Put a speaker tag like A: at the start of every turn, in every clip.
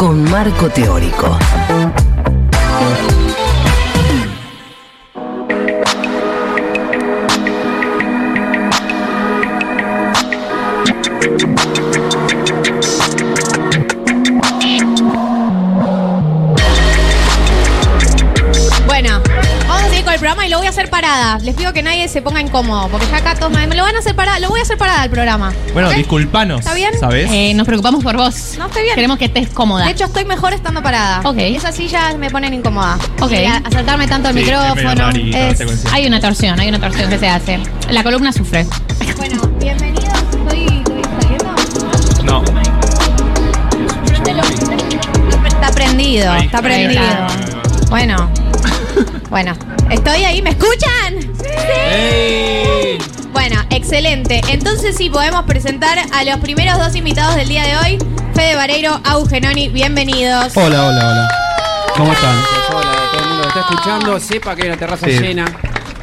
A: un marco teórico.
B: Bueno, vamos a seguir con el programa y lo voy a hacer parada. Les pido que nadie se ponga incómodo, porque ya acá todos me me lo van a hacer parada, lo voy a hacer parada el programa.
C: Bueno,
B: ¿Ok?
C: disculpanos.
B: ¿Está bien?
C: ¿Sabes?
D: Eh, nos preocupamos por vos.
B: No, estoy bien.
D: Queremos que estés cómoda.
B: De hecho, estoy mejor estando parada.
D: Ok.
B: Esas sillas me ponen incómoda.
D: Ok.
B: Y a- asaltarme tanto el
C: Sí, es medio
B: micrófono.
C: rarito,
B: es-
C: te coincido.
D: hay una torsión, hay una torsión que se hace. La columna sufre.
B: Bueno, bienvenidos. Estoy, estoy saliendo.
C: No.
B: Está prendido, está prendido.
D: está.
B: Bueno, bueno, estoy ahí, ¿me escuchan? Sí. Bueno, excelente. Entonces sí podemos presentar a los primeros dos invitados del día de hoy. Fede Vareiro, Au Genoni, bienvenidos.
E: Hola, hola, hola. ¿Cómo están?
F: Hola, todo el mundo que está escuchando, sepa que hay una terraza
E: Sí.
F: llena.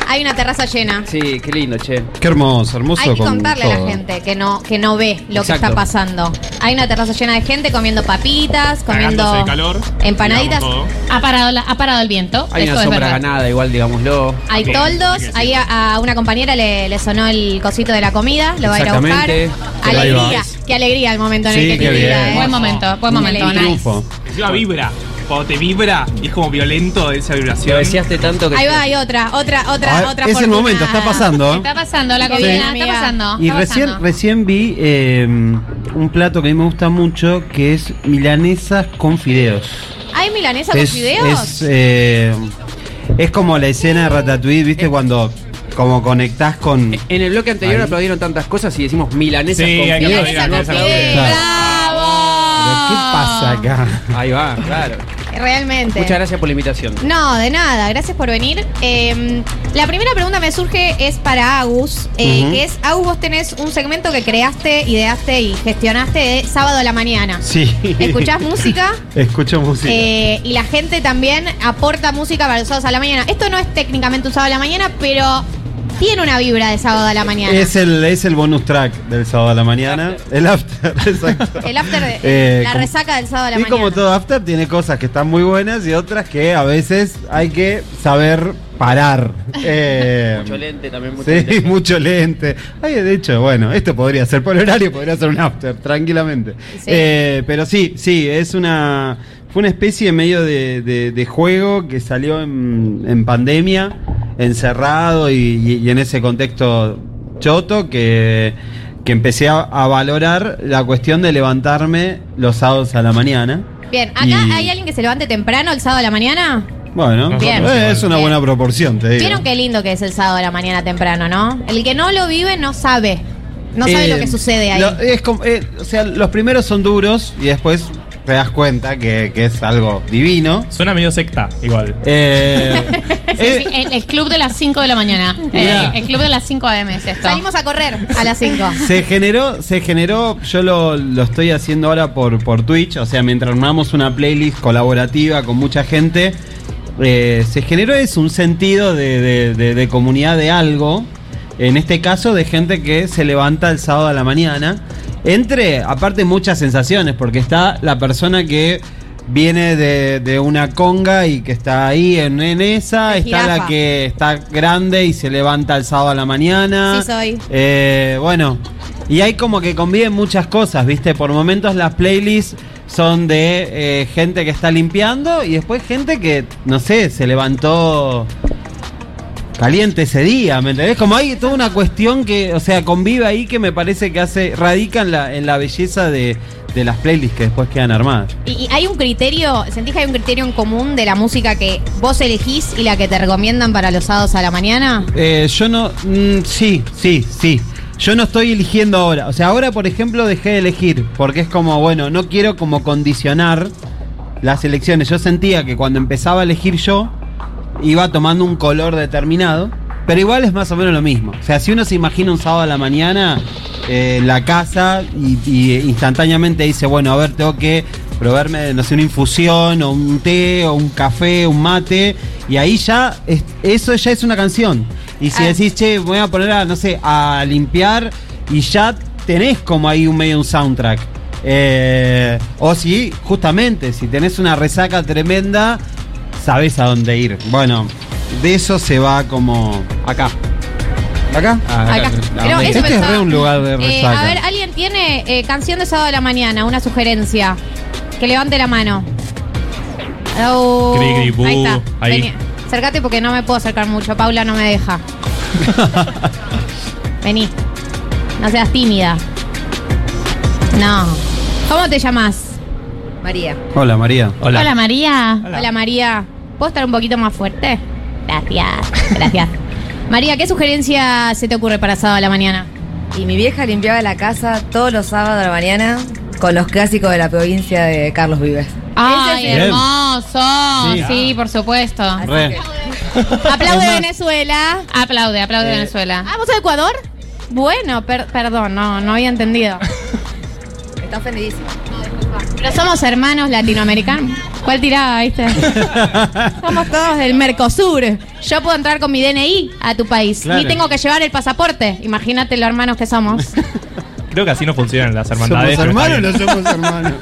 B: Hay una terraza llena.
F: Sí, qué lindo, che.
E: Qué hermoso, hermoso.
B: Hay que
E: con
B: contarle a
E: todo.
B: la gente que no, que no ve lo que
F: Exacto.
B: está pasando. Hay una terraza llena de gente comiendo papitas, comiendo
C: Cagándose de calor.
B: empanaditas.
C: Digamos todo.
D: Ha parado, la- ha parado el viento.
F: Hay
D: eso
F: una
D: es
F: sombra
D: verdad.
F: ganada, igual digámoslo.
B: Hay
C: Bien, hay
B: toldos,
C: que decirlo.
B: ahí a, a una compañera le, le sonó el cosito de la comida, lo va a ir a buscar.
F: Exactamente.
E: Pero ahí va.
B: Alegría, qué alegría el momento en
E: Sí,
B: el que ¿eh?
E: qué
B: te
E: bien.
D: Buen momento, buen
B: Un
D: momento.
E: Un
B: nice.
E: triunfo.
C: Encima vibra. Cuando te vibra y es como violento esa
F: Te
C: vibración.
F: deseaste tanto que.
B: Ahí va, hay otra, otra, otra,
E: Ah,
B: otra
E: es el
B: fortuna.
E: momento, está pasando. ¿eh?
D: Está pasando la
B: Sí.
D: columna,
B: Sí.
D: está pasando.
G: Y
D: está
G: recién,
D: pasando.
G: recién vi eh, un plato que a mí me gusta mucho, que es milanesas con fideos.
B: ¿Hay milanesa con
G: es,
B: fideos?
G: Es, eh, es como la escena de Ratatouille,
B: Eh.
G: ¿viste? Cuando como conectás con...
F: En el bloque anterior
G: Ahí.
F: aplaudieron tantas cosas y decimos milanesas
C: Sí,
F: con
C: hay que
F: fideos.
C: aplaudir a
B: Milanesa con
C: Gonzalo
B: fideos.
C: Claro.
G: ¿Qué pasa
B: ¡Bravo!
G: acá?
F: Ahí va, claro.
B: Realmente.
F: Muchas gracias por la invitación.
B: No, de nada, gracias por venir. Eh, la primera pregunta me surge es para Agus, eh,
G: Ujú.
B: que es, Agus, vos tenés un segmento que creaste, ideaste y gestionaste de sábado a la mañana.
G: Sí.
B: ¿Escuchás música?
G: Escucho música.
B: Eh, y la gente también aporta música para los sábados a la mañana. Esto no es técnicamente un sábado a la mañana, pero tiene una vibra de sábado a la mañana.
G: es, el, es el bonus track del sábado a la mañana. El after, exacto.
B: el after, de-
G: Eh,
B: la
G: como-
B: resaca del sábado a la
G: Y
B: mañana.
G: como todo after tiene cosas que están muy buenas y otras que a veces hay que saber parar. Eh,
F: Mucho lente también, mucho
G: Sí,
F: lente.
G: mucho lente. Ay, de hecho, bueno, esto podría ser por horario, podría ser un after, tranquilamente.
B: Sí.
G: Eh, pero sí, sí, es una. Fue una especie medio de, de- de juego que salió en, en pandemia, encerrado y, y- y en ese contexto choto que, que empecé a, a valorar la cuestión de levantarme los sábados a la mañana.
B: Bien, acá
G: Y-
B: hay alguien que se levante temprano el sábado a la mañana.
G: Bueno,
C: Nosotros
G: eh,
C: igual.
G: es una
B: Bien.
G: buena proporción, te digo.
B: Vieron qué lindo que es el sábado a la mañana temprano, ¿no? El que no lo vive no sabe. No sabe
G: Eh,
B: lo que sucede ahí.
G: lo- es como- eh, o sea, los primeros son duros y después te das cuenta que, que es algo divino.
C: Suena medio secta, igual.
G: Eh, eh,
D: Sí, sí, el, el club de las 5 de la mañana. Eh, el club de las 5 AM es esto.
B: Salimos a correr a las 5.
G: se generó, se generó, yo lo, lo estoy haciendo ahora por, por Twitch, o sea, mientras armamos una playlist colaborativa con mucha gente, eh, se generó es un sentido de, de- de- de comunidad de algo, en este caso de gente que se levanta el sábado a la mañana, entre, aparte, muchas sensaciones, porque está la persona que... Viene de, de una conga y que está ahí en, en esa,
B: De
G: está
B: jirafa.
G: la que está grande y se levanta el sábado a la mañana.
B: Sí, soy.
G: Eh, bueno, y hay como que conviven muchas cosas, ¿viste? Por momentos las playlists son de eh, gente que está limpiando y después gente que, no sé, se levantó caliente ese día, ¿me entendés? Como hay toda una cuestión que, o sea, convive ahí que me parece que hace, radica en la, en la belleza de, de las playlists que después quedan armadas.
B: ¿Y, y hay un criterio, sentís que hay un criterio en común de la música que vos elegís y la que te recomiendan para los sábados a la mañana?
G: Eh, yo no. mm, sí, sí, sí. Yo no estoy eligiendo ahora. O sea, ahora, por ejemplo, dejé de elegir. Porque es como, bueno, no quiero como condicionar las elecciones. Yo sentía que cuando empezaba a elegir yo, iba tomando un color determinado. Pero igual es más o menos lo mismo. O sea, si uno se imagina un sábado a la mañana eh, en la casa y, y instantáneamente dice, bueno, a ver, tengo que proveerme, de, no sé, una infusión o un té o un café, un mate. Y ahí ya, es- eso ya es una canción. Y si
B: Ah.
G: decís, che, voy a poner a, no sé, a limpiar y ya tenés como ahí un medio un soundtrack. Eh, o si, justamente, si tenés una resaca tremenda, sabés a dónde ir. Bueno, de eso se va como acá. ¿Acá?
E: Ah,
B: Acá.
E: ah,
B: Pero
E: ok.
B: eso
G: Este es
B: pensaba.
G: re un lugar de
B: Eh,
G: resaca.
B: a ver, ¿alguien tiene eh, canción de sábado de la mañana? Una sugerencia. Que levante la mano. Oh,
C: Cri, cri, bu,
B: ahí está.
C: ahí.
B: Vení, acércate porque no me puedo acercar mucho. Paula no me deja. Vení. No seas tímida. No. ¿Cómo te llamas? María.
G: Hola, María.
D: Hola, María.
B: Hola.
D: Ah.
B: María. ¿Puedo estar un poquito más fuerte? Gracias. Gracias. María, ¿qué sugerencia se te ocurre para sábado a la mañana?
A: Y mi vieja limpiaba la casa todos los sábados a la mañana con los clásicos de la provincia de Carlos Vives.
D: Ay,
E: Ese es el-
D: hermoso.
E: Sí.
D: Sí, por supuesto.
E: Re.
B: Aplaude
E: Es más-
B: Venezuela.
D: Aplaude, aplaude
G: Eh,
D: Venezuela.
B: Ah, ¿vos sos de Ecuador? Bueno, per- perdón, no, no había entendido.
A: Está ofendidísima.
B: Pero somos hermanos latinoamericanos. ¿Cuál tiraba, viste? somos todos del Mercosur. Yo puedo entrar con mi DNI a tu país.
E: Claro.
B: Ni tengo que llevar el pasaporte. Imagínate los hermanos que somos.
C: Creo que así no funcionan las
E: ¿Somos
C: hermandades. pero está
E: hermanos o
C: bien.
E: no somos hermanos?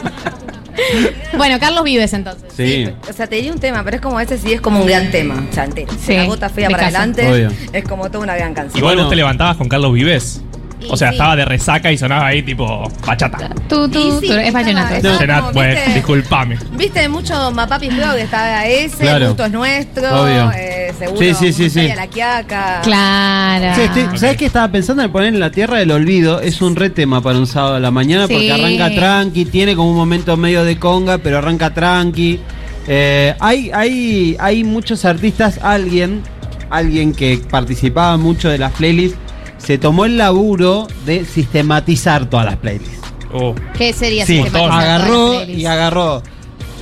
B: bueno, Carlos Vives entonces.
E: Sí.
A: O sea, te di un tema, pero es como ese sí es como un gran tema. Chante.
D: Sí,
A: la gota fría
D: de
A: para
D: casa.
A: adelante.
E: Obvio.
A: Es como toda una gran canción.
C: Igual
E: Bueno.
C: vos te levantabas con Carlos Vives. O sea,
A: sí.
C: estaba de resaca y sonaba ahí tipo bachata.
D: Tú, tú,
A: sí,
D: tú. Es
A: estaba-
D: vallenato.
A: estaba- No,
C: Senat,
A: como
C: bueno,
A: viste-
C: disculpame.
A: Viste mucho Mapapi Blog, estaba ese,
G: Claro.
A: Gusto es Nuestro,
G: Obvio.
A: eh, seguro
G: Sí, sí, sí,
A: Montaña
G: sí.
A: La Quiaca.
D: Claro.
G: Sí, estoy-
C: ok.
G: ¿Sabes qué estaba pensando en poner en la tierra del olvido? Es un re tema para un sábado a la mañana porque
D: Sí.
G: arranca tranqui, tiene como un momento medio de conga, pero arranca tranqui. Eh, hay, hay, hay muchos artistas, alguien, alguien que participaba mucho de las playlists, se tomó el laburo de sistematizar todas las playlists.
C: Oh.
B: ¿Qué sería
G: Sí,
B: sistematizar todas las
G: agarró
B: playlists?
G: y agarró,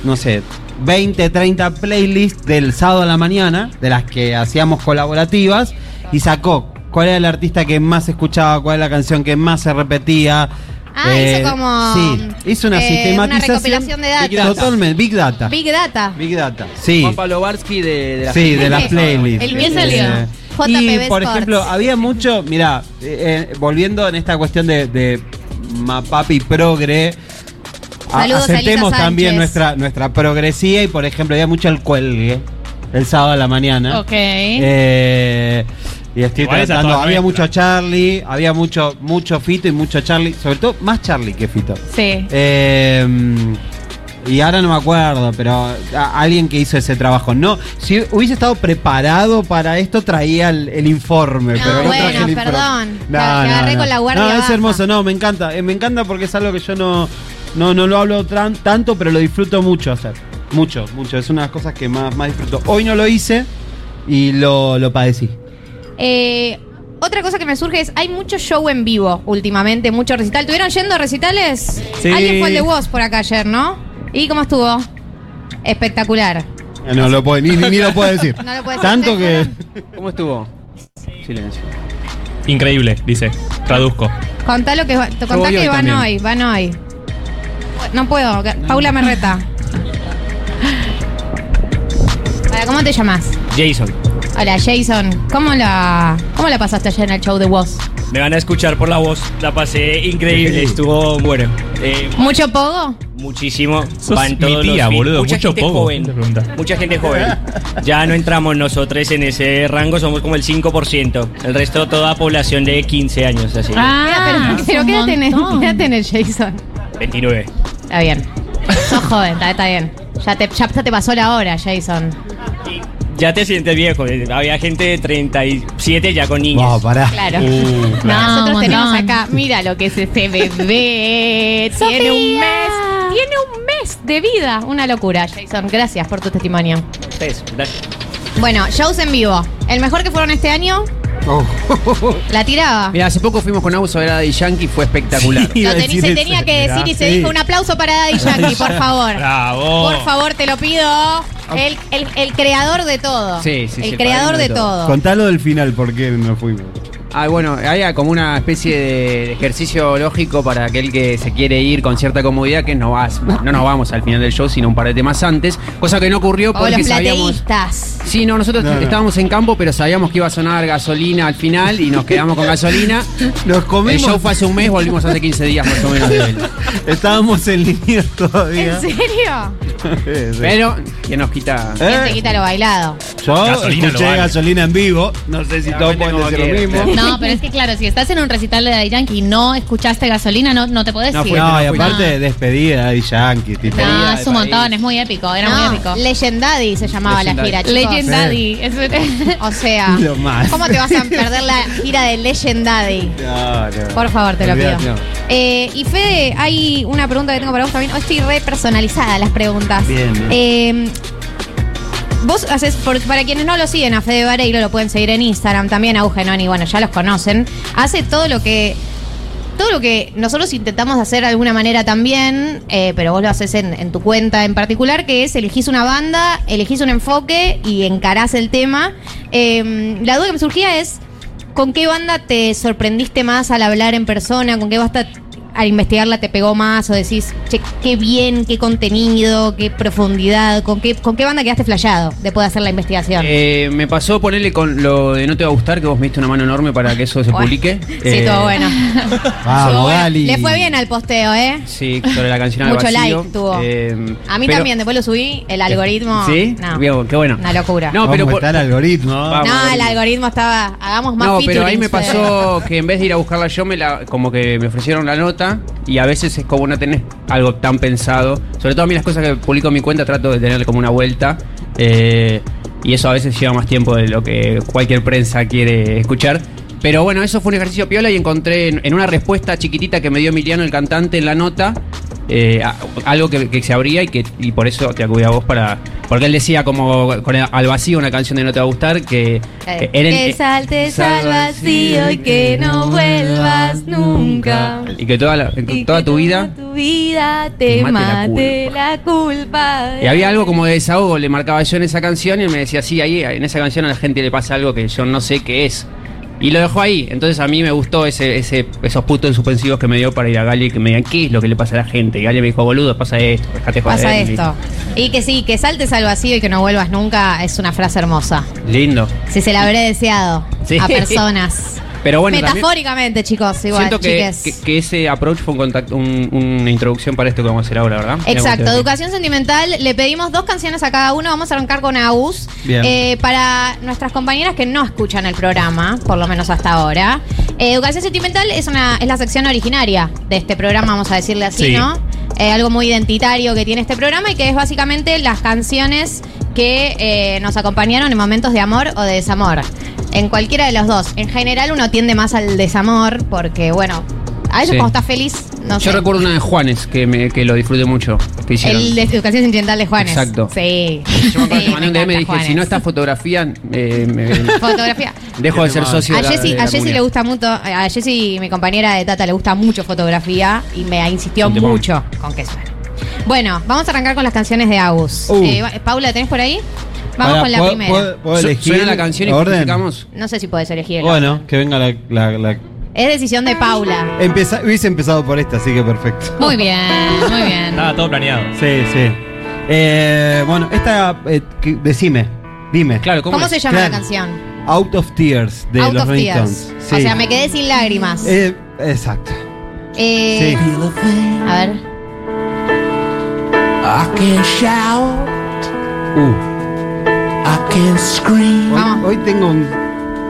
G: no sé, 20, 30 playlists del sábado a la mañana, de las que hacíamos colaborativas, y sacó cuál era el artista que más escuchaba, cuál era la canción que más se repetía.
B: Ah,
G: Eh,
B: hizo como,
G: Sí, hizo una
B: eh,
G: sistematización.
B: una recopilación de datos.
G: Big Data. Totalmente, Big Data.
B: Big Data.
G: Big Data, sí.
F: Juan Pablo Barsky de, de la
G: Sí, de las
B: Sí.
G: playlists.
B: El
D: bien
G: Eh,
D: salido.
B: JPB
G: Y por
B: Sports.
G: ejemplo, había mucho, mira, volviendo en esta cuestión de, de Mapapi Progre. a-
B: Saludos a Elisa
G: aceptemos
B: Sánchez.
G: también nuestra, nuestra progresía y por ejemplo había mucho el cuelgue el sábado a la mañana.
D: Ok.
G: Eh, y estoy
C: Igual esa
G: tratando,
C: toda
G: había
C: nuestra.
G: mucho Charlie, había mucho, mucho Fito y mucho Charlie, sobre todo más Charlie que Fito.
D: Sí.
G: Eh, y ahora no me acuerdo, pero a- alguien que hizo ese trabajo. No, si hubiese estado preparado para esto, traía el, el informe.
B: No,
G: pero no traje
B: bueno,
G: el informe.
B: perdón. La-
G: No,
B: la
G: no,
B: agarré
G: no.
B: con la guardia
G: No, es
B: baja.
G: hermoso, no, me encanta. Eh, me encanta porque es algo que yo no, no, no lo hablo tran- tanto, pero lo disfruto mucho hacer. Mucho, mucho. Es una de las cosas que más, más disfruto. Hoy no lo hice y lo, lo padecí.
B: Eh, otra cosa que me surge es, hay mucho show en vivo últimamente, mucho recital. ¿Tuvieron yendo a recitales?
C: Sí.
B: Alguien fue al de Woz por acá ayer, ¿no? ¿Y cómo estuvo? Espectacular.
E: Ah, No lo puedo, ni, ni- ni lo puedo decir.
B: No lo puedes
G: Tanto que.
F: ¿Cómo estuvo? Silencio.
C: Increíble, dice. Traduzco.
B: Contá lo que, va- contá
F: voy
B: que
F: hoy
B: van
F: también.
B: hoy, van hoy. No puedo, que- Paula me reta. Hola, ¿Cómo te llamas?
H: Jason,
B: Hola, Jason. ¿Cómo la, ¿Cómo la pasaste ayer en el show de Woz?
H: me van a escuchar por la voz, la pasé increíble, estuvo bueno. eh,
B: ¿Mucho pogo?
H: muchísimo.
C: Sos
H: van
C: mi
H: todos los
C: tía,
H: fin-
C: boludo,
H: Mucha
C: mucho
H: gente
C: poco, te pregunta.
H: joven. Mucha gente joven. Ya no entramos nosotros en ese rango, somos como el 5%. El resto toda población de 15 años, así.
B: Mira,
D: Ah,
B: pero, pero
D: es un
B: quédate, en el,
D: montón.
B: quédate en el Jason.
H: 29.
B: Está bien. Sos joven, está, está bien. Ya te, ya te pasó la hora, Jason.
H: Ya te sientes viejo. eh, Había gente de 37 ya con niños.
E: No, pará.
B: Claro.
C: Uh, claro.
B: Nosotros
D: montón.
B: tenemos acá, mira lo que es este bebé. tiene un mes, tiene un mes de vida. Una locura, Jason. Gracias por tu testimonio.
H: Ustedes, gracias.
B: Bueno, shows en vivo. El mejor que fueron este año,
E: Oh,
B: la tiraba.
F: Mira, hace poco fuimos con Auso a ver a Daddy Yankee, fue espectacular.
E: iba
B: Lo
E: a
B: teni-
E: decir
B: se
E: eso.
B: tenía que
E: Mirá,
B: decir y se
E: sí.
B: dijo un aplauso para Daddy Yankee, por favor.
C: Bravo.
F: Oh.
B: Por favor, te lo pido. El, el- el creador de todo.
F: Ah. Sí, sí, sí,
B: El
F: el
B: creador
F: padrino
B: de
F: de
B: todo.
E: Contalo del final, porque no fuimos.
F: Ah, bueno, hay como una especie de ejercicio lógico para aquel que se quiere ir con cierta comodidad, que no, vas, no nos vamos al final del show, sino un par de temas antes, cosa que no ocurrió
B: O
F: porque
B: los
F: sabíamos...
B: plateístas.
F: Sí, no, nosotros
E: No, no.
F: estábamos en campo, pero sabíamos que iba a sonar gasolina al final y nos quedamos con gasolina.
G: Nos
F: El
G: comimos.
F: show fue hace un mes, volvimos hace 15 días más o menos de él.
G: Estábamos en línea
B: ¿En
G: todavía.
B: serio?
G: Sí, sí.
F: Pero, que nos quita?
G: ¿Eh?
B: ¿Quién te quita lo bailado?
G: Yo
C: Gasolina
G: escuché
C: lo vale.
G: gasolina en vivo. No sé si
F: Realmente
G: todos pueden
F: como
G: decir lo
F: quiera.
G: mismo.
D: No, pero es que claro, si estás en un recital de Daddy Yankee y no escuchaste gasolina, no, no te podés
F: No
D: ir.
F: fuiste,
G: No, y
F: fuiste.
G: aparte, despedida de Yankee, tipo.
D: No, es un
F: País.
D: montón, es muy épico, era muy épico.
B: No, Legendaddy se llamaba
F: Legendaddy.
B: la gira, chicos.
D: Legend Daddy. es-
B: O sea,
G: Lo más.
B: ¿cómo te vas a perder la gira de Legendaddy?
G: No, no.
B: Por favor, te lo pido.
G: Olvídate, no.
B: Eh, y Fede, hay una pregunta que tengo para vos también. Hoy estoy re personalizada las preguntas.
G: Bien, bien.
B: Eh, vos haces, por- para quienes no lo siguen, a Fede Vareiro lo pueden seguir en Instagram, también a Ugenoni, bueno, ya los conocen. Hace todo lo que. Todo lo que nosotros intentamos hacer de alguna manera también, eh, pero vos lo haces en, en tu cuenta en particular, que es elegís una banda, elegís un enfoque y encarás el tema. Eh, la duda que me surgía es, ¿Con qué banda te sorprendiste más al hablar en persona? ¿Con qué banda al investigarla te pegó más? ¿O decís, che, qué bien, qué contenido, qué profundidad? ¿Con qué, con qué banda quedaste flayado después de hacer la investigación?
F: Eh, me pasó ponerle con lo de No Te Va a Gustar, que vos me diste una mano enorme para que eso se
B: Bueno,
F: publique.
B: Sí,
F: Eh,
B: estuvo bueno. Estuvo
G: Vamos,
B: bueno.
G: Gali.
B: Le fue bien al posteo, ¿eh?
F: Sí, sobre la canción al
B: Mucho
F: vacío.
B: like tuvo.
F: Eh,
B: A mí
F: pero-
B: también, después lo subí, el algoritmo.
F: ¿Sí?
B: No,
F: Bien, qué bueno.
B: Una locura.
F: No,
B: No,
F: pero
G: Vamos a
F: por-
G: estar algoritmo.
F: Vamos.
B: el algoritmo estaba, hagamos más
F: No, pero ahí
B: featurings,
F: me
B: Fede.
F: pasó que en vez de ir a buscarla yo, me la, como que me ofrecieron la nota y a veces es como no tenés algo tan pensado. Sobre todo a mí las cosas que publico en mi cuenta trato de tener como una vuelta. eh, y eso a veces lleva más tiempo de lo que cualquier prensa quiere escuchar. Pero bueno, eso fue un ejercicio piola y encontré en, en una respuesta chiquitita que me dio Emiliano, el cantante, en la nota, eh, a- algo que, que se abría y que y por eso te acudí a vos para... Porque él decía como con el- al vacío una canción de No Te Va a Gustar que...
B: Eh,
F: era en-
B: que saltes al vacío y que no vuelvas nunca.
F: Y que toda, la-
B: Y
F: toda
B: que
F: tu vida.
B: tu vida
F: te
B: te
F: mate
B: mate la culpa.
F: Y había algo como de desahogo, le marcaba yo en esa canción y él me decía, sí, ahí en esa canción a la gente le pasa algo que yo no sé qué es. Y lo dejó ahí. Entonces a mí me gustó ese, ese, esos putos suspensivos que me dio para ir a Gali y que me digan, ¿qué es lo que le pasa a la gente? Y Gali me dijo, boludo, pasa esto, dejate joder.
B: Pasa esto. Y que sí, que saltes al vacío y que no vuelvas nunca es una frase hermosa.
F: Lindo.
B: Si se la habré deseado
F: Sí.
B: a personas.
F: Pero bueno, también
B: Metafóricamente, chicos, igual,
F: siento que,
B: chiques.
F: que- que ese approach fue un contacto, un- una introducción para esto que vamos a hacer ahora, ¿verdad?
B: Exacto,
F: Me gusta.
B: educación sentimental. Le pedimos dos canciones a cada uno. Vamos a arrancar con Agus.
G: Bien.
B: Eh, para nuestras compañeras que no escuchan el programa, por lo menos hasta ahora. Eh, educación sentimental es, una, es la sección originaria de este programa, vamos a decirle así,
C: Sí.
B: ¿no? Eh, algo muy identitario que tiene este programa y que es básicamente las canciones que eh, nos acompañaron en momentos de amor o de desamor. En cualquiera de los dos. En general uno tiende más al desamor porque, bueno, a veces
F: Sí.
B: cuando estás feliz, no
F: Yo
B: sé.
F: recuerdo una de Juanes que, me, que lo disfruté mucho. Que hicieron.
B: El de educación sentimental de Juanes.
F: Exacto.
B: Sí.
F: Yo me acuerdo que
B: Sí,
F: te mandé un
B: me
F: DM y dije,
B: encanta
F: si no
B: Juanes.
F: está fotografía, eh, me-
B: Fotografía.
F: dejo de ser socio
B: A
F: de la-
B: Jessy,
F: de la
B: a Jessy
F: comunidad.
B: le gusta mucho, a Jessy, mi compañera de Tata, le gusta mucho fotografía y me insistió
F: Un temón.
B: mucho con que suene. Bueno, vamos a arrancar con las canciones de Agus.
G: Uh.
B: Eh, Paula, ¿tenés por ahí? Vamos
G: Pará,
B: con la
G: ¿puedo-
B: primera.
G: puedo- puedo
F: Su-
G: elegir
F: Suena la canción y
G: orden?
F: publicamos.
B: No sé si podés elegir.
G: Bueno, que venga la. la- la-
B: Es decisión de Paula.
G: Empeza- hubiese empezado por esta, así que perfecto.
D: Muy bien, muy bien.
C: Estaba todo planeado.
G: Sí, sí. Eh, bueno, esta. eh, que- decime, dime.
F: Claro, ¿cómo,
B: ¿Cómo,
F: es?
B: se llama
G: Claro.
B: la canción?
G: Out of Tears de
B: Out
G: los
B: of
G: Rolling
B: Tears.
G: Stones.
B: O
G: Sí.
B: sea, me quedé sin lágrimas.
G: Eh, exacto.
B: Eh,
G: sí.
B: A ver.
G: Uh.
B: Vamos.
G: Hoy, hoy tengo un.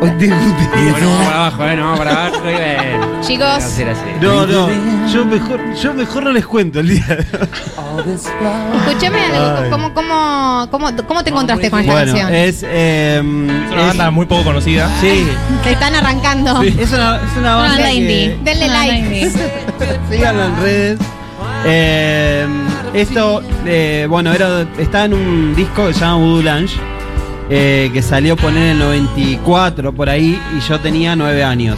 G: Hoy tengo un
F: Bueno, vamos para abajo, eh, no, vamos para abajo. eh, y ven.
B: Chicos,
F: Hacer así.
G: No, no. Yo mejor, yo mejor no les cuento el día de hoy.
B: escúchame
G: Ay.
B: ¿cómo, cómo, cómo, cómo te encontraste con esta
G: Bueno, eh.
B: canción?
G: es. em,
C: Es una banda muy poco conocida.
G: Sí.
B: Te están arrancando.
G: Es una, es una
D: Una
G: banda.
D: banda
G: que-
D: indie.
B: Denle
D: Una
B: like.
D: banda indie.
G: Síganlo en redes. Eh, esto, eh, bueno, era, estaba en un disco que se llama Voodoo Lounge, eh, que salió a poner en el 94 por ahí, y yo tenía 9 años.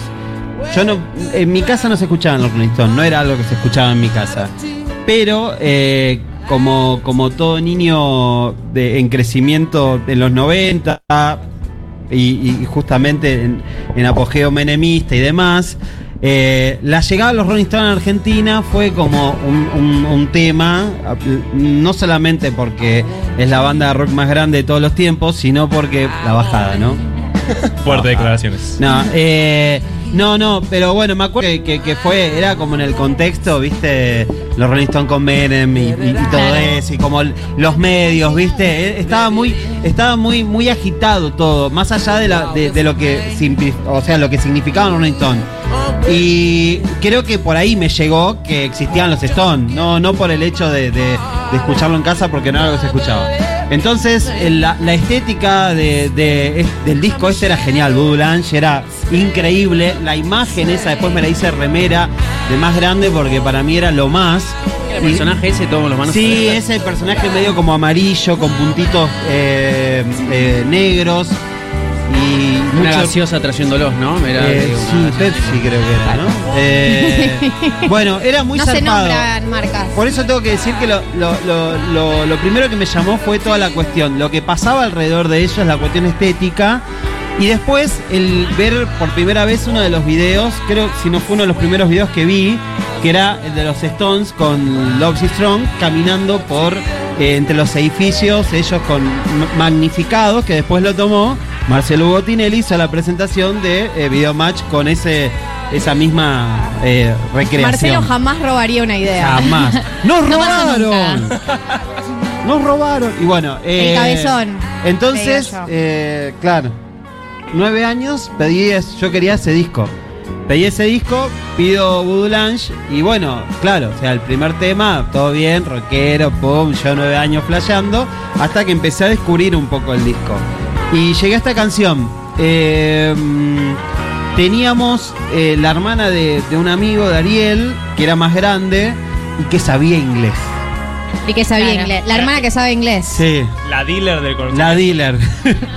G: Yo no, en mi casa no se escuchaban los Rolling Stones, no era algo que se escuchaba en mi casa. Pero, eh, como, como todo niño de- en crecimiento en los 90, y, y justamente en, en apogeo menemista y demás. eh, la llegada de los Rolling Stones a Argentina fue como un, un- un tema, no solamente porque es la banda de rock más grande de todos los tiempos, sino porque la bajada, ¿no?
I: Fuertes declaraciones.
G: No, eh, no, no, pero bueno, me acuerdo que, que- que fue, era como en el contexto, viste, los Rolling Stones con Menem y, y- y todo
D: Claro.
G: eso, y como l- los medios, viste, eh, estaba muy, estaba muy, muy agitado todo, más allá de, la- de- de lo que, simpi- o sea, lo que significaban los Rolling Stones. Y creo que por ahí me llegó que existían los Stones, no, no por el hecho de, de- de escucharlo en casa porque no era lo que se escuchaba. Entonces, eh, la, la estética de, de- es- del disco este era genial, Voodoo Lounge era increíble. La imagen esa después me la hice remera de más grande porque para mí era lo más.
F: El
G: Y-
F: personaje ese toma los manos.
G: Sí, ese personaje medio como amarillo, con puntitos eh, eh, negros y
F: Una
G: mucho-
F: gaseosa trayéndolos, ¿no? Era,
G: eh,
F: digo,
G: sí,
F: una gaseosa.
G: Pepsi creo que era, ¿no? Eh, bueno, era muy
B: no se
G: zarpado.
B: nombran marcas.
G: Por eso tengo que decir que lo, lo- lo- lo- lo primero que me llamó fue toda la cuestión, lo que pasaba alrededor de ellos, la cuestión estética. Y después el ver por primera vez uno de los videos, creo si no fue uno de los primeros videos que vi, que era el de los Stones con Love is Strong caminando por eh, entre los edificios, ellos con ma- magnificados, que después lo tomó Marcelo Botinelli hizo la presentación de eh, Video Match con ese esa misma eh, recreación.
B: Marcelo jamás robaría una idea.
G: Jamás. ¡Nos
D: No pasa
G: robaron! ¡Nos robaron! Y bueno. eh,
B: cabezón,
G: Entonces,
B: te digo yo.
G: eh, claro. Nueve años, pedí. es- Yo quería ese disco. Pedí ese disco, pido Voodoo Lounge. Y bueno, claro. O sea, el primer tema, todo bien, rockero, pum. Yo nueve años flasheando. Hasta que empecé a descubrir un poco el disco. Y llegué a esta canción. Eh, teníamos eh, la hermana de, de un amigo de Ariel, que era más grande y que sabía inglés.
B: Y que sabía
D: Claro.
B: inglés. La hermana que sabe inglés.
G: Sí.
I: La dealer del
G: La dealer.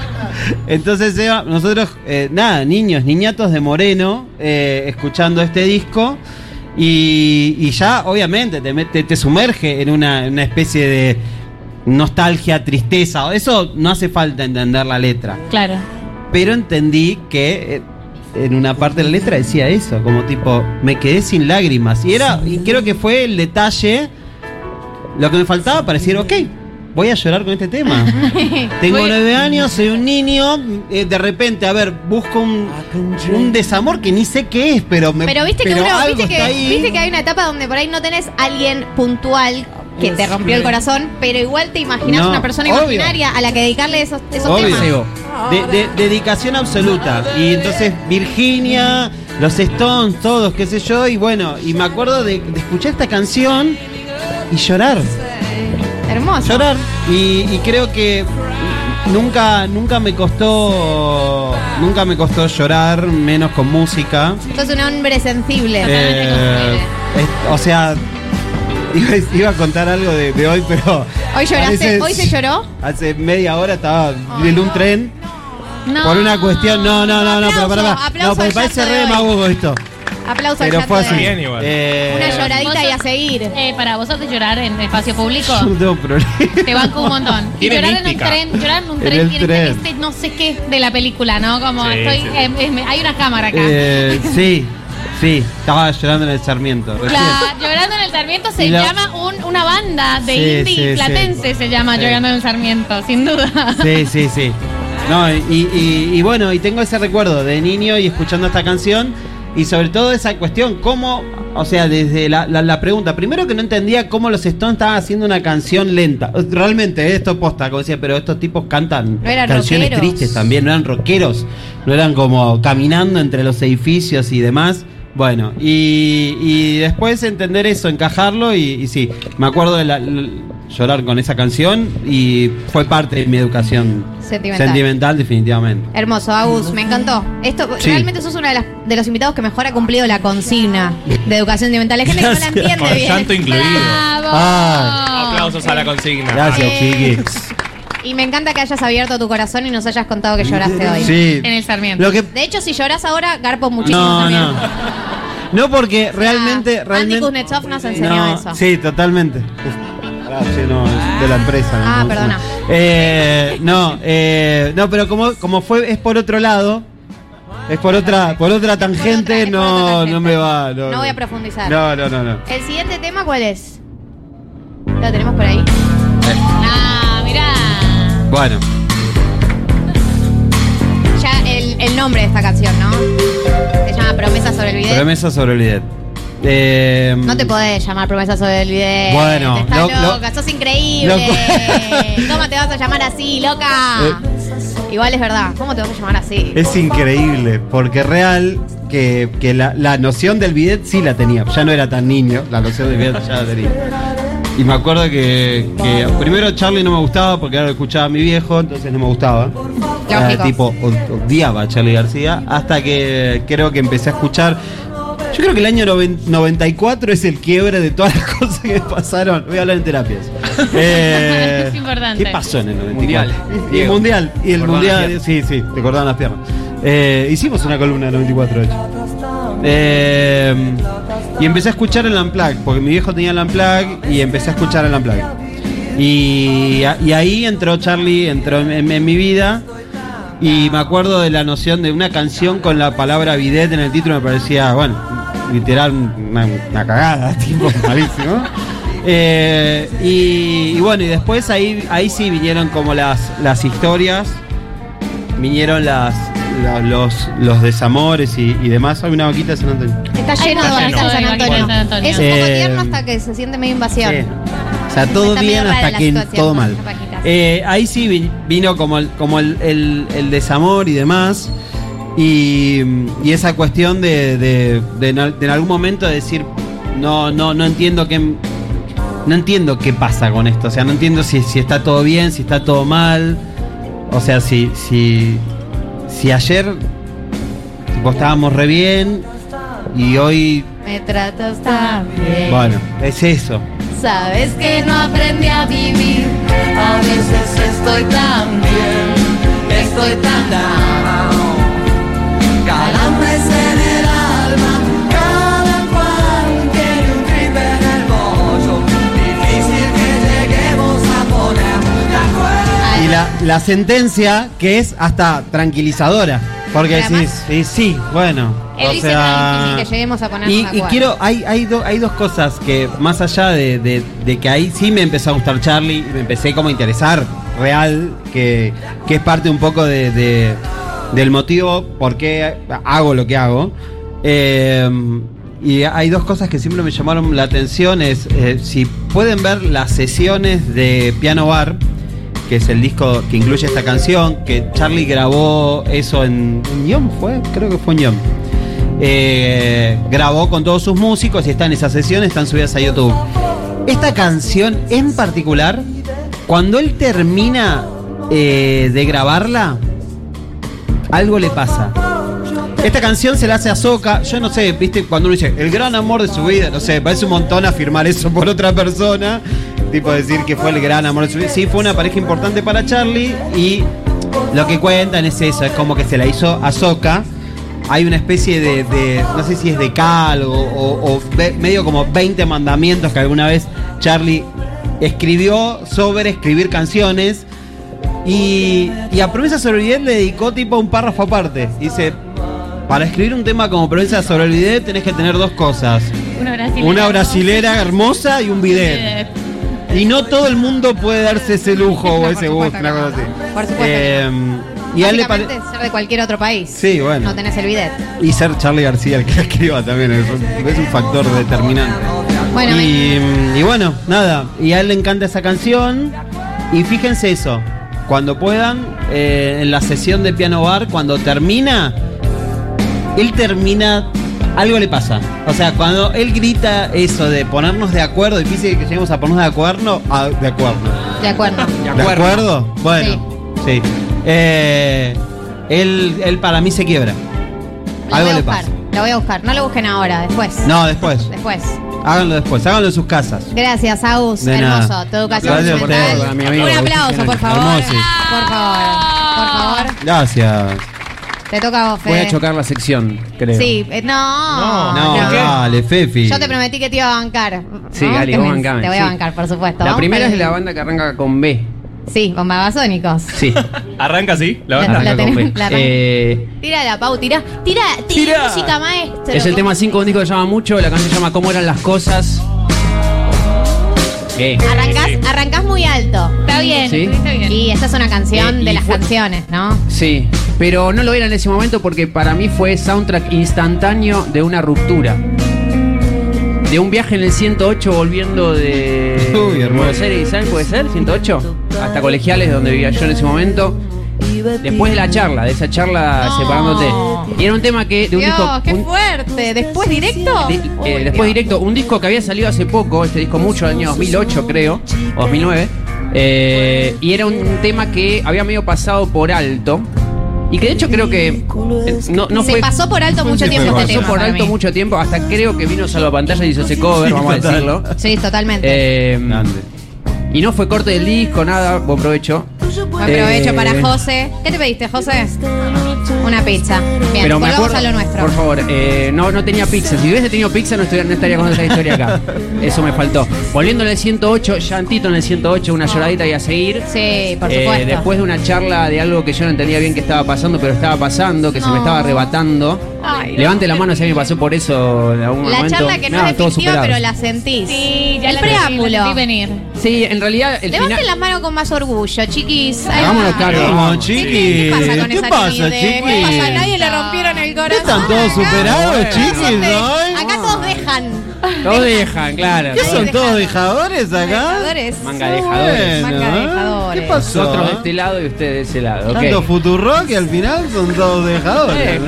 G: Entonces, Eva, nosotros, eh, nada, niños, niñatos de Moreno, eh, escuchando este disco. Y, y ya, obviamente, te, mete- te sumerge en una, en una especie de nostalgia, tristeza. Eso no hace falta entender la letra.
D: Claro.
G: Pero entendí que eh, en una parte de la letra decía eso, como tipo, me quedé sin lágrimas. Y era, y creo que fue el detalle, lo que me faltaba para decir, ok, voy a llorar con este tema. Tengo
D: Voy-
G: nueve años, soy un niño, eh, de repente, a ver, busco un, un desamor que ni sé qué es, pero me
B: Pero viste que
G: pero
B: uno-
G: algo
B: viste
G: está
B: que,
G: ahí.
B: viste que hay una etapa donde por ahí no tenés alguien puntual que te rompió el corazón, pero igual te imaginás
G: No,
B: una persona
G: obvio.
B: imaginaria a la que dedicarle esos, esos
G: Obvio.
B: temas.
G: De- de- dedicación absoluta. Y entonces Virginia, los Stones, todos, qué sé yo, y bueno, y me acuerdo de, de escuchar esta canción y llorar,
B: Hermoso.
G: llorar. Y, y creo que nunca, nunca me costó, nunca me costó llorar, menos con música.
B: Sos un hombre sensible.
G: Eh, es- o sea, iba, iba a contar algo de, de hoy, pero
B: Hoy lloraste, hoy se lloró.
G: hace media hora estaba en un tren.
D: No.
G: Por una cuestión, no, no, no, no, pero
B: Aplauso,
G: pará, pará.
B: aplauso
G: No, porque
B: al
G: parece
B: llanto de
G: re
B: hoy.
G: demagogo esto.
B: Aplauso al
G: Pero
B: llanto
G: fue así.
B: de-
I: Bien igual.
G: Eh,
B: Una lloradita y a seguir.
D: Eh, para vos sos de llorar en espacio público.
G: yo no tengo problema.
D: Te banco un montón. Y
I: Tiene
D: llorar en un
I: mística.
D: tren, llorar en un
G: En
D: tren
G: el
D: tiene
G: tren.
D: este no sé qué de la película, ¿no? Como
I: Sí,
D: estoy,
I: sí, sí.
D: eh, eh, me- hay una cámara acá.
G: Eh, sí, sí, estaba llorando en el Sarmiento. recién.
D: La- llorando en el Sarmiento se
G: Y la-
D: llama un- una banda de
G: Sí,
D: indie
G: sí, sí.
D: platense se llama
G: Sí.
D: Llorando en el Sarmiento, sin duda.
G: Sí, sí, sí. No, y, y- y bueno, y tengo ese recuerdo de niño y escuchando esta canción y sobre todo esa cuestión, cómo, o sea, desde la, la- la pregunta, primero que no entendía cómo los Stones estaban haciendo una canción lenta. Realmente, eh, esto posta, como decía, pero estos tipos cantan
B: No eran
G: canciones
B: rockeros.
G: tristes también, no eran rockeros, no eran como caminando entre los edificios y demás. Bueno, y, y después entender eso, encajarlo y, y sí, me acuerdo de la- l- llorar con esa canción y fue parte de mi educación
B: Sentimental.
G: definitivamente.
B: Hermoso, Agus, me encantó. Esto
G: Sí.
B: realmente sos uno de, las- de los invitados que mejor ha cumplido la consigna de educación sentimental. Hay gente
G: Gracias.
B: que no la entiende
I: Con
B: bien.
I: llanto incluido.
D: ¡Bravo!
G: Ah.
I: Aplausos a la consigna.
G: Gracias,
B: Eh,
G: chiquis.
B: Y me encanta que hayas abierto tu corazón y nos hayas contado que lloraste hoy.
G: Sí.
D: En el Sarmiento.
G: Lo que
B: De hecho, si lloras ahora, garpo muchísimo
G: no,
B: también.
G: no. No porque realmente
B: Ah, Andy
G: realmente
B: Kuznetsov nos enseñó
G: No,
B: eso.
G: Sí, totalmente. Pará, che, no, es de la empresa. no,
B: Ah,
G: no,
B: perdona.
G: no. Eh, no, eh, no, pero como, como fue, es por otro lado, es por otra, por otra tangente,
B: es por otra
G: no,
B: tangente.
G: no me va. No,
B: No
G: no.
B: voy a profundizar.
G: No, no, no, no.
B: ¿El siguiente tema cuál es? ¿Lo tenemos por ahí?
D: Ah, mirá.
G: Bueno,
B: Ya el, el nombre de esta canción, ¿no? Se llama Promesa sobre el video.
G: promesa sobre el bidet. Eh,
B: No te podés llamar promesa sobre el video.
G: Bueno,
B: estás
G: lo- lo-
B: loca, sos increíble.
G: lo-
B: ¿Cómo te vas a llamar así, loca?
G: Eh.
B: Igual es verdad, ¿cómo te vas a llamar así?
G: Es increíble, porque real que, que la, la noción del bidet sí la tenía. Ya no era tan niño, la noción del bidet ya la tenía. Y me acuerdo que, que primero Charlie no me gustaba porque ahora lo escuchaba a mi viejo, entonces no me gustaba. Era
B: Lógico.
G: tipo, od- odiaba a Charlie García, hasta que creo que empecé a escuchar. Yo creo que el año noven- 94 es el quiebre de todas las cosas que pasaron. Voy a hablar en terapias. Eh,
D: Es importante.
G: ¿Qué pasó en el 94?
F: Mundial.
G: Y el
F: Diego.
G: mundial. Y
F: Cortaban
G: el
F: las
G: mundial.
F: piernas.
G: Sí, sí, te cortaban las piernas. Eh, hicimos una columna del 94, de hecho. Eh, y empecé a escuchar el Unplugged, porque mi viejo tenía el Unplugged y empecé a escuchar el Unplugged. Y, a- y ahí entró Charlie, entró en, en- en mi vida. Y me acuerdo de la noción de una canción con la palabra bidet en el título, me parecía, bueno, literal una, una cagada, tipo, malísimo. Eh, y, y bueno, y después ahí, ahí sí vinieron como las, las historias, vinieron las, la- los, los desamores y, y demás. Hay una vaquita de San Antonio.
B: Está lleno de
D: Está
B: vaquitas de San
D: lleno de
B: Antonio.
D: vaquitas de San Antonio.
B: Es un poco
G: Eh,
B: tierno hasta que se siente medio invasión.
G: Sí. O sea, todo
B: Está medio
G: bien
B: rara
G: hasta
B: la
G: que
B: situación
G: todo
B: con
G: mal.
B: las pajitas.
G: Eh, ahí sí vi- vino como, el, como el, el- el desamor y demás. Y, y esa cuestión de, de- de en al- de en algún momento decir, no, no, no entiendo qué, no entiendo qué pasa con esto. O sea, no entiendo si, si está todo bien, si está todo mal. O sea, si, si, si ayer tipo, estábamos re bien y hoy...
B: Me tratas tan bien.
G: Bueno, es eso.
B: Sabes que no aprendí a vivir. A veces estoy tan bien. Estoy tan
J: Calambres en el alma, cada cual tiene un grip en el bollo. Difícil que lleguemos a ponernos de acuerdo.
G: Y la, la sentencia que es hasta tranquilizadora. Porque
B: Pero
G: decís, sí, sí, bueno.
B: Él
G: o
B: dice
G: sea,
B: nada difícil que lleguemos a ponernos
G: y,
B: de
G: y
B: acuerdo.
G: quiero, hay, hay, do- hay dos cosas que más allá de, de- de que ahí sí me empezó a gustar Charlie, y me empecé como a interesar real, que, que es parte un poco de, de- del motivo por qué hago lo que hago. Eh, y hay dos cosas que siempre me llamaron la atención, es eh, si pueden ver las sesiones de Piano Bar, que es el disco que incluye esta canción, que Charlie grabó eso en, en Neon, ¿fue? Creo que fue en Neon. Eh, grabó con todos sus músicos y están esas sesiones, están subidas a YouTube. Esta canción en particular, cuando él termina eh, de grabarla, algo le pasa. Esta canción se la hace a Soca, yo no sé, viste, cuando uno dice el gran amor de su vida, no sé, me parece un montón afirmar eso por otra persona, tipo decir que fue el gran amor de su vida. Sí, fue una pareja importante para Charlie y lo que cuentan es eso, es como que se la hizo a Soca. Hay una especie de, de- no sé si es de cal o, o- o ve- medio como 20 mandamientos que alguna vez Charlie escribió sobre escribir canciones. Y, y a Promesa sobre el Bidet le dedicó tipo un párrafo aparte. Dice, para escribir un tema como Promesa sobre el Bidet tenés que tener dos cosas.
D: Una brasilera.
G: Una brasilera hermosa y un bidet. Y no todo el mundo puede darse ese lujo o
B: Por
G: ese gusto,
B: supuesto que
G: una cosa
B: no.
G: así.
B: Por supuesto que
G: Eh, y a él le pare-
B: Básicamente, ser de cualquier otro país.
G: Sí, bueno.
B: No tenés el bidet.
G: Y ser Charlie García el que la escriba también es un, es un factor determinante.
B: Bueno,
G: y, y bueno, nada. Y a él le encanta esa canción. Y fíjense eso. Cuando puedan, eh, en la sesión de piano bar, cuando termina, él termina. Algo le pasa. O sea, cuando él grita eso de ponernos de acuerdo, difícil que lleguemos a ponernos de acuerdo. a- de acuerdo.
B: De acuerdo.
G: ¿De acuerdo? Bueno, sí. Eh, él, él para mí se quiebra.
B: Lo
G: Algo
B: voy a
G: le
B: buscar.
G: pasa.
B: Lo voy a buscar. No lo busquen ahora, después.
G: No, después.
B: Después.
G: Háganlo después. Háganlo en sus casas.
B: Gracias, Agus.
G: De
B: Hermoso.
G: nada.
B: Tu educación
G: Gracias por
B: mental.
F: todo, mi amigo.
B: Un aplauso, por favor.
G: Hermoso.
B: Por favor. Por favor.
G: Gracias.
B: Te toca a vos, Fede.
F: Voy a chocar la sección, creo.
B: Sí, eh, no.
G: No, dale, Fefi.
B: Yo te prometí que te iba a bancar.
F: Sí,
B: ¿no?
F: Gali,
B: Te
F: vos
B: me-
F: bancame,
B: Te voy a
F: sí.
B: bancar, por supuesto.
F: La
B: Vamos
F: primera
B: para
F: es
B: el-
F: la banda que arranca con B.
B: Sí, bombabasónicos.
F: Sí.
I: ¿Arranca así? La
B: La-
I: banda.
F: arranca con
B: tenés-
F: B.
B: la arranca.
F: Eh,
B: Tira la Pau, tira, tira, tira,
F: Tira.
B: música maestro.
F: es el tema 5 de un disco que se llama mucho. La canción se llama ¿Cómo eran las cosas? ¿Qué?
B: Arrancás, arrancás muy alto.
D: Está bien,
F: Sí.
D: estuviste bien.
B: Y esta es una canción
F: Eh,
B: de
F: y
B: las
F: fue-
B: canciones, ¿no?
F: Sí, pero no lo era en ese momento porque para mí fue soundtrack instantáneo de una ruptura. De un viaje en el 108 volviendo de
G: Uy, hermano.
F: Buenos Aires, ¿sabes? ¿Puede ser? 108. Hasta colegiales donde vivía yo en ese momento. Después de la charla, de esa charla
B: No.
F: separándote. Y era un tema que de un
B: Dios,
F: disco...
B: qué
F: un-
B: fuerte. Después directo.
F: Di- eh, después directo, un disco que había salido hace poco, este disco mucho, año 2008 creo, o 2009, eh, y era un tema que había medio pasado por alto, y que de hecho creo que eh, no, no
B: Se
F: fue...
B: pasó por alto mucho
E: sí,
B: tiempo
E: fue
B: este
F: pasó
B: tema.
F: por
B: para
F: alto
B: mí.
F: mucho tiempo, hasta creo que vino Salvapantalla y hizo ese cover, vamos a
G: total.
F: decirlo.
B: Sí, totalmente.
F: Eh,
G: Grande.
F: y no fue corte del disco, nada, buen provecho.
B: Buen provecho
F: eh,
B: para José. ¿Qué te pediste, José? Una pizza. Bien,
F: Pero me
B: volvamos
F: acuerdo,
B: a lo nuestro.
F: Por favor, eh, no, no tenía pizza. Si hubiese tenido pizza no, estuviera- no estaría con esa historia acá. Eso me faltó. Volviendo en el 108, llantito en el 108, una lloradita y a seguir.
B: Ah. Sí, por
F: Eh,
B: supuesto.
F: después de una charla de algo que yo no entendía bien que estaba pasando, pero estaba pasando, que se
B: No.
F: me estaba arrebatando.
D: Ay,
F: Levante la mano si a mí me pasó por eso en algún
B: la
F: momento.
B: charla que no,
F: Nada,
B: es
F: todos
B: efectiva, pero
F: superados.
B: la sentís.
D: Sí, ya
B: El
D: la
B: preámbulo.
D: sentí, la sentí venir.
F: Sí, en realidad el final...
B: Levanten la mano con más orgullo, chiquis. Ahí va.
F: Hagámonos cargo.
G: Vamos,
F: vamos.
G: chiquis.
B: ¿Qué pasa con
G: ¿Qué
B: esa
G: pasa,
B: timidez?
G: chiquis?
B: ¿Qué pasa? ¿A nadie le rompieron el corazón?
G: ¿Están todos
B: acá?
G: superados,
B: Todos
G: chiquis?
B: son de-
G: Ay,
B: Acá
G: no.
B: todos dejan.
F: Todos dejan, claro.
G: ¿Qué
F: todos
G: son
B: dejadores.
G: todos dejadores acá?
B: Dejadores.
F: Manga dejadores.
G: Bueno,
B: Manga
G: ¿eh?
B: dejadores.
G: ¿Qué pasó? ¿Eh?
F: Nosotros de este lado y ustedes de ese lado. ok.
G: Tanto Futurock y al final son todos dejadores. ¿eh?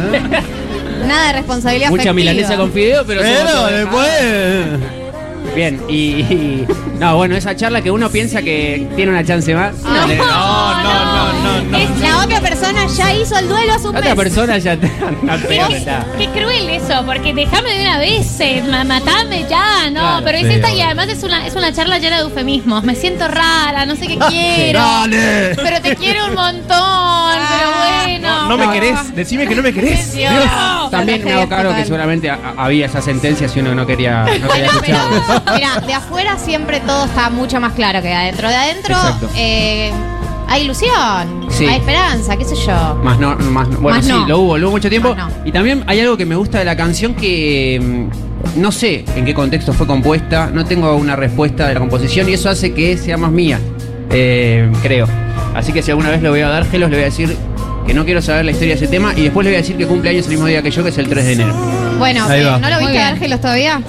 B: Nada de responsabilidad
F: Mucha
B: afectiva.
F: milanesa con fideo, pero... somos
G: Pero
F: todos
G: después.
F: Bien, y, y- No, bueno, esa charla que uno piensa que tiene una chance más.
B: Ah, No,
F: Eh,
B: no, no, no, Es- La otra persona ya hizo el duelo hace un mes.
F: Otra persona ya te. no,
D: Pero
F: pero
D: qué,
F: está.
D: qué cruel eso, porque dejame de una vez, eh, ma- matame ya, no,
F: Claro,
D: pero es
G: sí,
D: esta y
G: obvio.
D: además es una, es una charla llena de eufemismos. Me siento rara, no sé qué quiero.
G: ¡Dale!
D: Pero te quiero un montón,
B: Ah,
D: pero bueno.
I: No, no me querés, decime que no me querés.
D: Dios.
F: También me hago cargo que seguramente a- había esas sentencias y uno no quería, no quería
B: Pero,
F: escucharlas.
B: mira, de afuera siempre todo está mucho más claro que de adentro. De adentro
F: Exacto.
B: eh, hay ilusión,
F: Sí.
B: hay esperanza, qué sé yo.
F: Más no, más no. Bueno,
B: Más
F: sí,
B: no.
F: lo hubo, lo hubo mucho tiempo.
B: Más no.
F: Y también hay algo que me gusta de la canción que mm, no sé en qué contexto fue compuesta, no tengo una respuesta de la composición y eso hace que sea más mía, eh, creo. Así que si alguna vez le voy a dar gelos, le voy a decir que no quiero saber la historia de ese tema y después le voy a decir que cumple años el mismo día que yo, que es el 3 de enero.
B: Bueno,
G: Ahí
B: eh,
G: va.
B: ¿no lo
D: Muy
B: viste a
D: bien.
B: Ángelos todavía?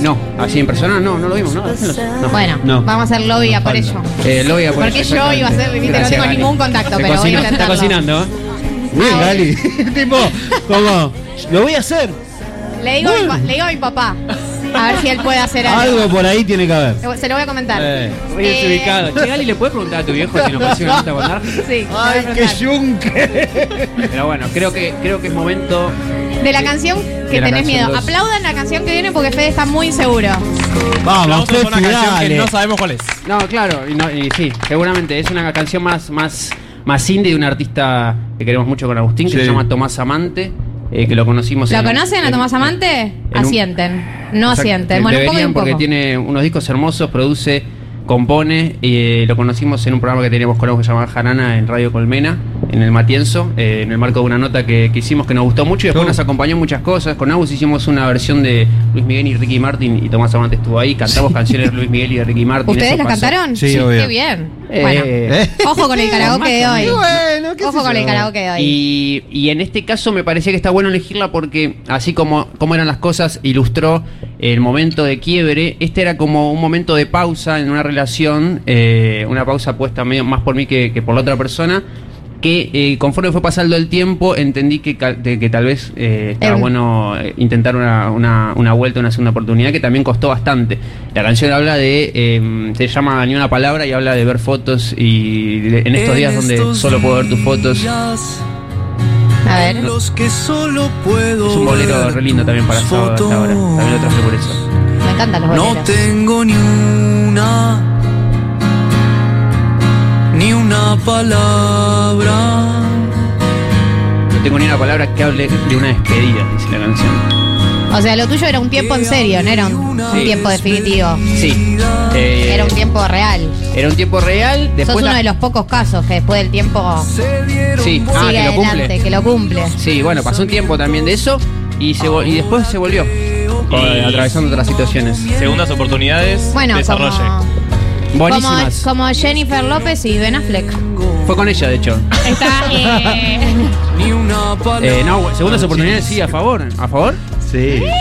F: No, así en persona no, no lo vimos, ¿no? Ángelos, no.
B: Bueno,
G: No.
B: vamos a hacer lobby a por ello.
F: Eh, lo voy a poner
B: Porque yo
F: exactamente.
B: iba a hacer, viste, no
F: Gracias,
B: tengo
F: Gali.
B: ningún contacto,
F: Se
B: pero voy a
F: cocinó, Está
B: intentarlo.
F: cocinando, ¿eh?
G: Bien, Gali. tipo, como, lo voy a hacer.
B: Le digo, a mi pa- le digo a mi papá, a ver si él puede hacer algo.
G: Algo por ahí tiene que haber.
B: Se lo voy a comentar.
G: Eh.
F: Muy desubicado. Che, Gali, ¿le puedes preguntar a tu viejo si nos parece una nota con Nar?
B: Sí, le voy a
G: Ay, qué
B: preguntar.
G: yunque.
F: Pero bueno, creo que, creo que es momento.
B: De la canción que
F: De la
B: tenés
F: canción
B: miedo.
F: dos.
B: Aplaudan la canción que viene porque Fede está muy inseguro.
G: Vamos,
I: Vamos a una
G: Fefi,
I: canción que
G: dale.
I: no sabemos cuál es.
F: No, claro, y, no- y sí, seguramente es una canción más, más, más indie de un artista que queremos mucho con Agustín, que
G: Sí.
F: se llama Tomás Amante, eh, que lo conocimos.
B: ¿Lo
F: en-
B: conocen a
F: en-
B: Tomás Amante?
F: un-
B: Asienten. No
F: Exacto.
B: asienten. Bueno, un poco y
F: Deberían
B: un
F: porque
B: poco.
F: tiene unos discos hermosos, produce, compone. eh, lo conocimos en un programa que teníamos con algo que se llamaba Jarana en Radio Colmena, en el Matienzo, eh, en el marco de una nota que, que hicimos que nos gustó mucho y después
G: Sí.
F: nos acompañó en muchas cosas. Con Agus hicimos una versión de Luis Miguel y Ricky Martin y Tomás Amante estuvo ahí. Cantamos canciones de Luis Miguel y de Ricky Martin.
B: ¿Ustedes
F: eso
B: las
F: pasó.
B: cantaron?
G: Sí, obvio.
B: Qué bien.
F: Eh,
B: Bueno, ojo con el karaoke de
G: Y
B: hoy.
G: bueno, qué sé
B: Ojo con
G: yo.
B: el karaoke de hoy.
F: Y, y en este caso me parecía que está bueno elegirla porque así como, como eran las cosas, ilustró el momento de quiebre. Este era como un momento de pausa en una relación, eh, una pausa puesta medio más por mí que, que por la otra persona. Que eh, conforme fue pasando el tiempo entendí que, ca- de- que tal vez eh, estaba
B: Era un-
F: bueno eh, intentar una, una- una vuelta, una segunda oportunidad que también costó bastante. La canción habla de, eh, se llama Ni una palabra y habla de ver fotos y de- en estos días donde solo puedo ver tus fotos.
B: A ver.
J: Los que solo puedo
F: Es un bolero re lindo también para sábado hasta ahora. También lo traje por eso.
B: Me encantan los
J: No
B: boleros.
J: tengo ni una, ni una palabra
F: no tengo ni una palabra que hable de una despedida, dice la canción.
B: O sea, lo tuyo era un tiempo en serio, no era un, un
F: Sí.
B: tiempo definitivo.
F: Sí. Eh,
B: Era un tiempo real.
F: era un tiempo real. Después
B: Sos
F: la-
B: uno de los pocos casos que después del tiempo
F: Sí, ah,
B: sigue
F: que lo
B: adelante,
F: cumple.
B: que lo cumple.
F: Sí, bueno, pasó un tiempo también de eso y, se vol- y después se volvió. eh, atravesando otras situaciones.
I: Segundas oportunidades.
B: Bueno,
I: desarrolle.
B: como, como,
F: Buenísimas.
B: como Jennifer López y Ben Affleck.
F: Fue con ella, de hecho.
D: Está. eh,
F: Eh, no, segundas oportunidades, sí, a favor. ¿A favor?
G: Sí.
B: ¿Eh?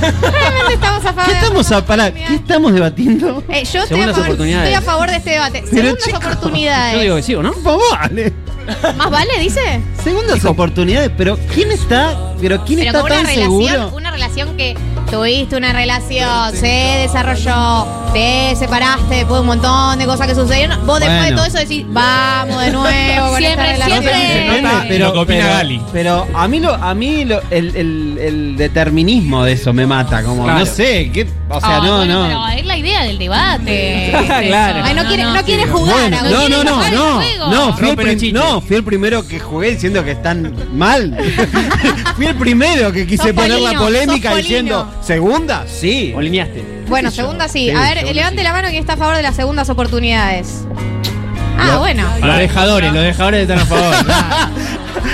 B: Realmente estamos a favor
G: ¿Qué
B: de
G: estamos
B: las
G: a parar? ¿Qué
B: oportunidades.
G: estamos debatiendo?
B: Eh, yo estoy a,
F: Segundas
B: favor,
F: oportunidades.
B: estoy a favor de este debate. Segundas
G: chicos,
F: Yo digo
B: oportunidades.
F: que sí, ¿o no?
G: Por favor, Ale.
B: ¿Más vale, dice?
G: Segundas oportunidades, pero ¿quién está? Pero ¿quién
B: Pero
G: está
B: con una
G: tan
B: relación,
G: seguro?
B: una relación que tuviste una relación, se desarrolló, te separaste después de un montón de cosas que sucedieron. Vos después de
G: Bueno.
B: todo eso decís, vamos de nuevo con
D: Siempre,
B: esta relación.
D: siempre.
B: Siempre.
G: Depende,
I: Lo que opina
G: pero-
I: Gali.
G: pero a mí lo, a mí lo- el, el- el determinismo de eso me mata, como
F: Claro.
G: no sé, qué, o sea,
D: ay,
G: no,
D: Ah, bueno,
G: no.
D: Pero es la idea del debate.
F: Claro.
B: Ay, no, quiere, no, quiere jugar.
G: Bueno,
B: Agustín.
G: no, no,
D: quieren
G: no,
D: jugar el
G: no,
D: juego.
G: no, fui el,
I: Rompen el
G: prim-
I: chiste.
G: no, fui el primero que jugué diciendo que están mal. fui el primero que quise
B: Sos
G: poner la
B: Polino,
G: polémica
B: sos
G: diciendo,
B: Polino.
G: ¿segunda? Sí.
F: O lineaste.
B: Bueno, segunda sí. A
G: Sí,
B: ver,
G: segunda
B: levante la mano que está a favor de las segundas oportunidades. Ah, bueno.
I: Los dejadores, los dejadores están a favor.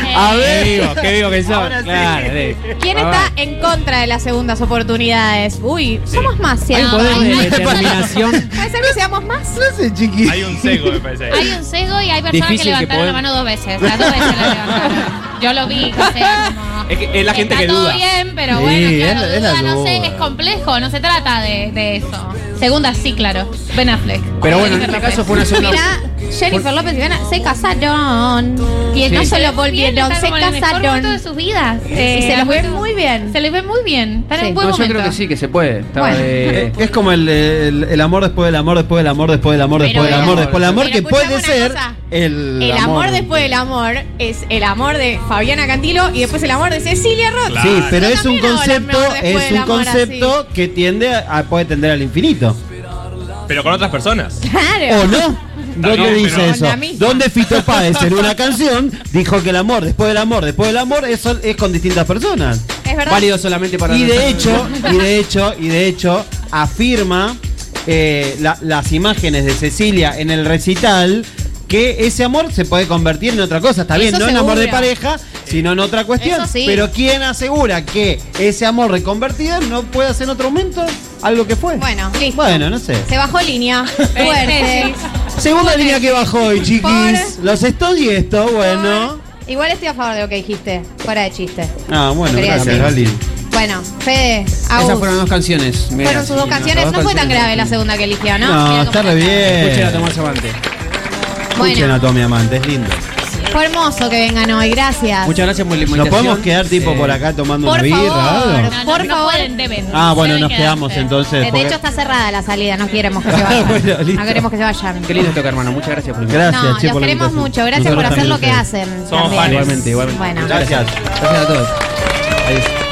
D: Eh,
G: A ver.
I: ¿Qué digo? ¿Qué digo que son?
G: Ahora sí.
I: Claro, sí.
B: ¿Quién está en contra de las segundas oportunidades? Uy, somos más. ¿sí?
D: Hay poder de determinación.
B: ¿Puede ser que seamos más?
G: No sé, chiqui.
I: Hay un seco, me parece.
D: Hay un sesgo y hay personas
F: Difícil que
D: que levantaron
F: pueden-
D: la mano dos veces. Las dos veces la levantaron. Yo lo vi, o sea, como-
I: Es que es la gente
D: Está
I: que
D: todo
I: duda.
D: bien, pero
G: Sí,
D: bueno,
G: es
D: claro,
G: la- es la
D: duda, no sé,
G: duda.
D: es complejo, no se trata de, de eso. Segunda, sí, claro. Ben Affleck.
F: Pero bueno,
D: Jennifer
F: en este
D: López.
F: caso fue una segunda.
B: Mirá, Jennifer López y Diana se casaron. Y no
F: Sí.
B: solo
D: Bien,
B: volvieron,
D: están
B: se
D: como en el mejor momento de
B: casaron.
D: sus vidas. Eh,
B: Y se los ve
D: adultos.
B: muy bien.
D: Se les ve muy bien. Están en
B: Sí.
D: un buen
F: No, Pues yo
D: momento.
F: creo que sí, que se puede. Estaba
B: Bueno. Eh,
F: de-
G: Eh, Es como el, el, el amor después del amor, después del amor, después del amor, después del
B: Pero-
G: amor, después del amor,
B: pero
G: que puede
B: escuchame una
G: ser
B: cosa.
G: el,
B: El amor después del amor es el amor de Fabiana Cantilo y después el amor de Cecilia Roth.
I: Claro.
G: Sí, pero
B: Yo
G: es un
B: también hago el amor
G: concepto,
B: después
G: es
B: del
G: un
B: amor
G: concepto que tiende a, a- puede tender al infinito.
I: Pero con otras personas.
B: Claro.
G: ¿O no? ¿Dónde
I: bien,
G: dice
I: pero-
G: eso?
B: Con la misma.
G: ¿Dónde Fito Páez en una canción dijo que el amor después del amor, después del amor es, es con distintas personas?
B: Es verdad.
F: Válido solamente para.
G: Y de
F: nosotros.
G: hecho, y de hecho, y de hecho, afirma eh, la- las imágenes de Cecilia en el recital que ese amor se puede convertir en otra cosa. Está bien,
B: Eso
G: no en amor de
B: seguro.
G: pareja, sino en otra cuestión.
B: Eso sí.
G: Pero ¿quién asegura que ese amor reconvertido no puede hacer en otro momento algo que fue?
B: Bueno, listo.
G: Bueno, no sé.
B: Se bajó línea.
D: Eh,
B: Fuerte.
G: Segunda línea que bajó hoy, chiquis.
B: Por-
G: Los estoy y esto, bueno.
B: Igual estoy a favor de lo que dijiste. Fuera de chiste.
G: Ah, bueno,
B: No quería
G: gracias,
B: decir.
G: Lali.
B: Bueno, Fede,
F: Esas fueron
B: Agus.
F: dos canciones. Mira,
B: Fueron sus dos
F: sí,
B: canciones.
G: dos
B: No fue tan
G: canciones.
B: grave la segunda que eligió, ¿no?
G: No,
B: Mira cómo
G: está re bien.
F: Escuchen a Tomás Amante.
G: Escuchen
B: Bueno,
G: a Tommy Amante, es lindo.
B: fue hermoso que vengan hoy. Gracias.
F: Muchas gracias por la
G: ¿Nos
F: invitación.
G: podemos quedar tipo por acá tomando
B: por
G: una birra?
B: favor.
G: algo?
D: No, no,
B: Por
D: no
B: favor.
D: pueden, deben.
G: Ah, bueno,
D: Deben
G: nos quedamos
D: quedarse.
G: entonces.
B: De
G: porque-
B: hecho está cerrada la salida, no queremos que se vayan.
G: Bueno, listo.
B: no queremos que se vayan.
F: Qué lindo tocar, hermano. Muchas gracias por la invitación.
G: Gracias,
B: no,
G: che,
B: los
G: por la
B: queremos
G: invitación.
B: mucho. Gracias
G: Nosotros
B: por hacer
G: también
B: lo que
G: ustedes.
B: hacen.
I: Somos
B: también.
I: fanes.
F: Igualmente, igualmente.
B: Bueno.
G: Gracias.
F: Gracias a todos. Adiós.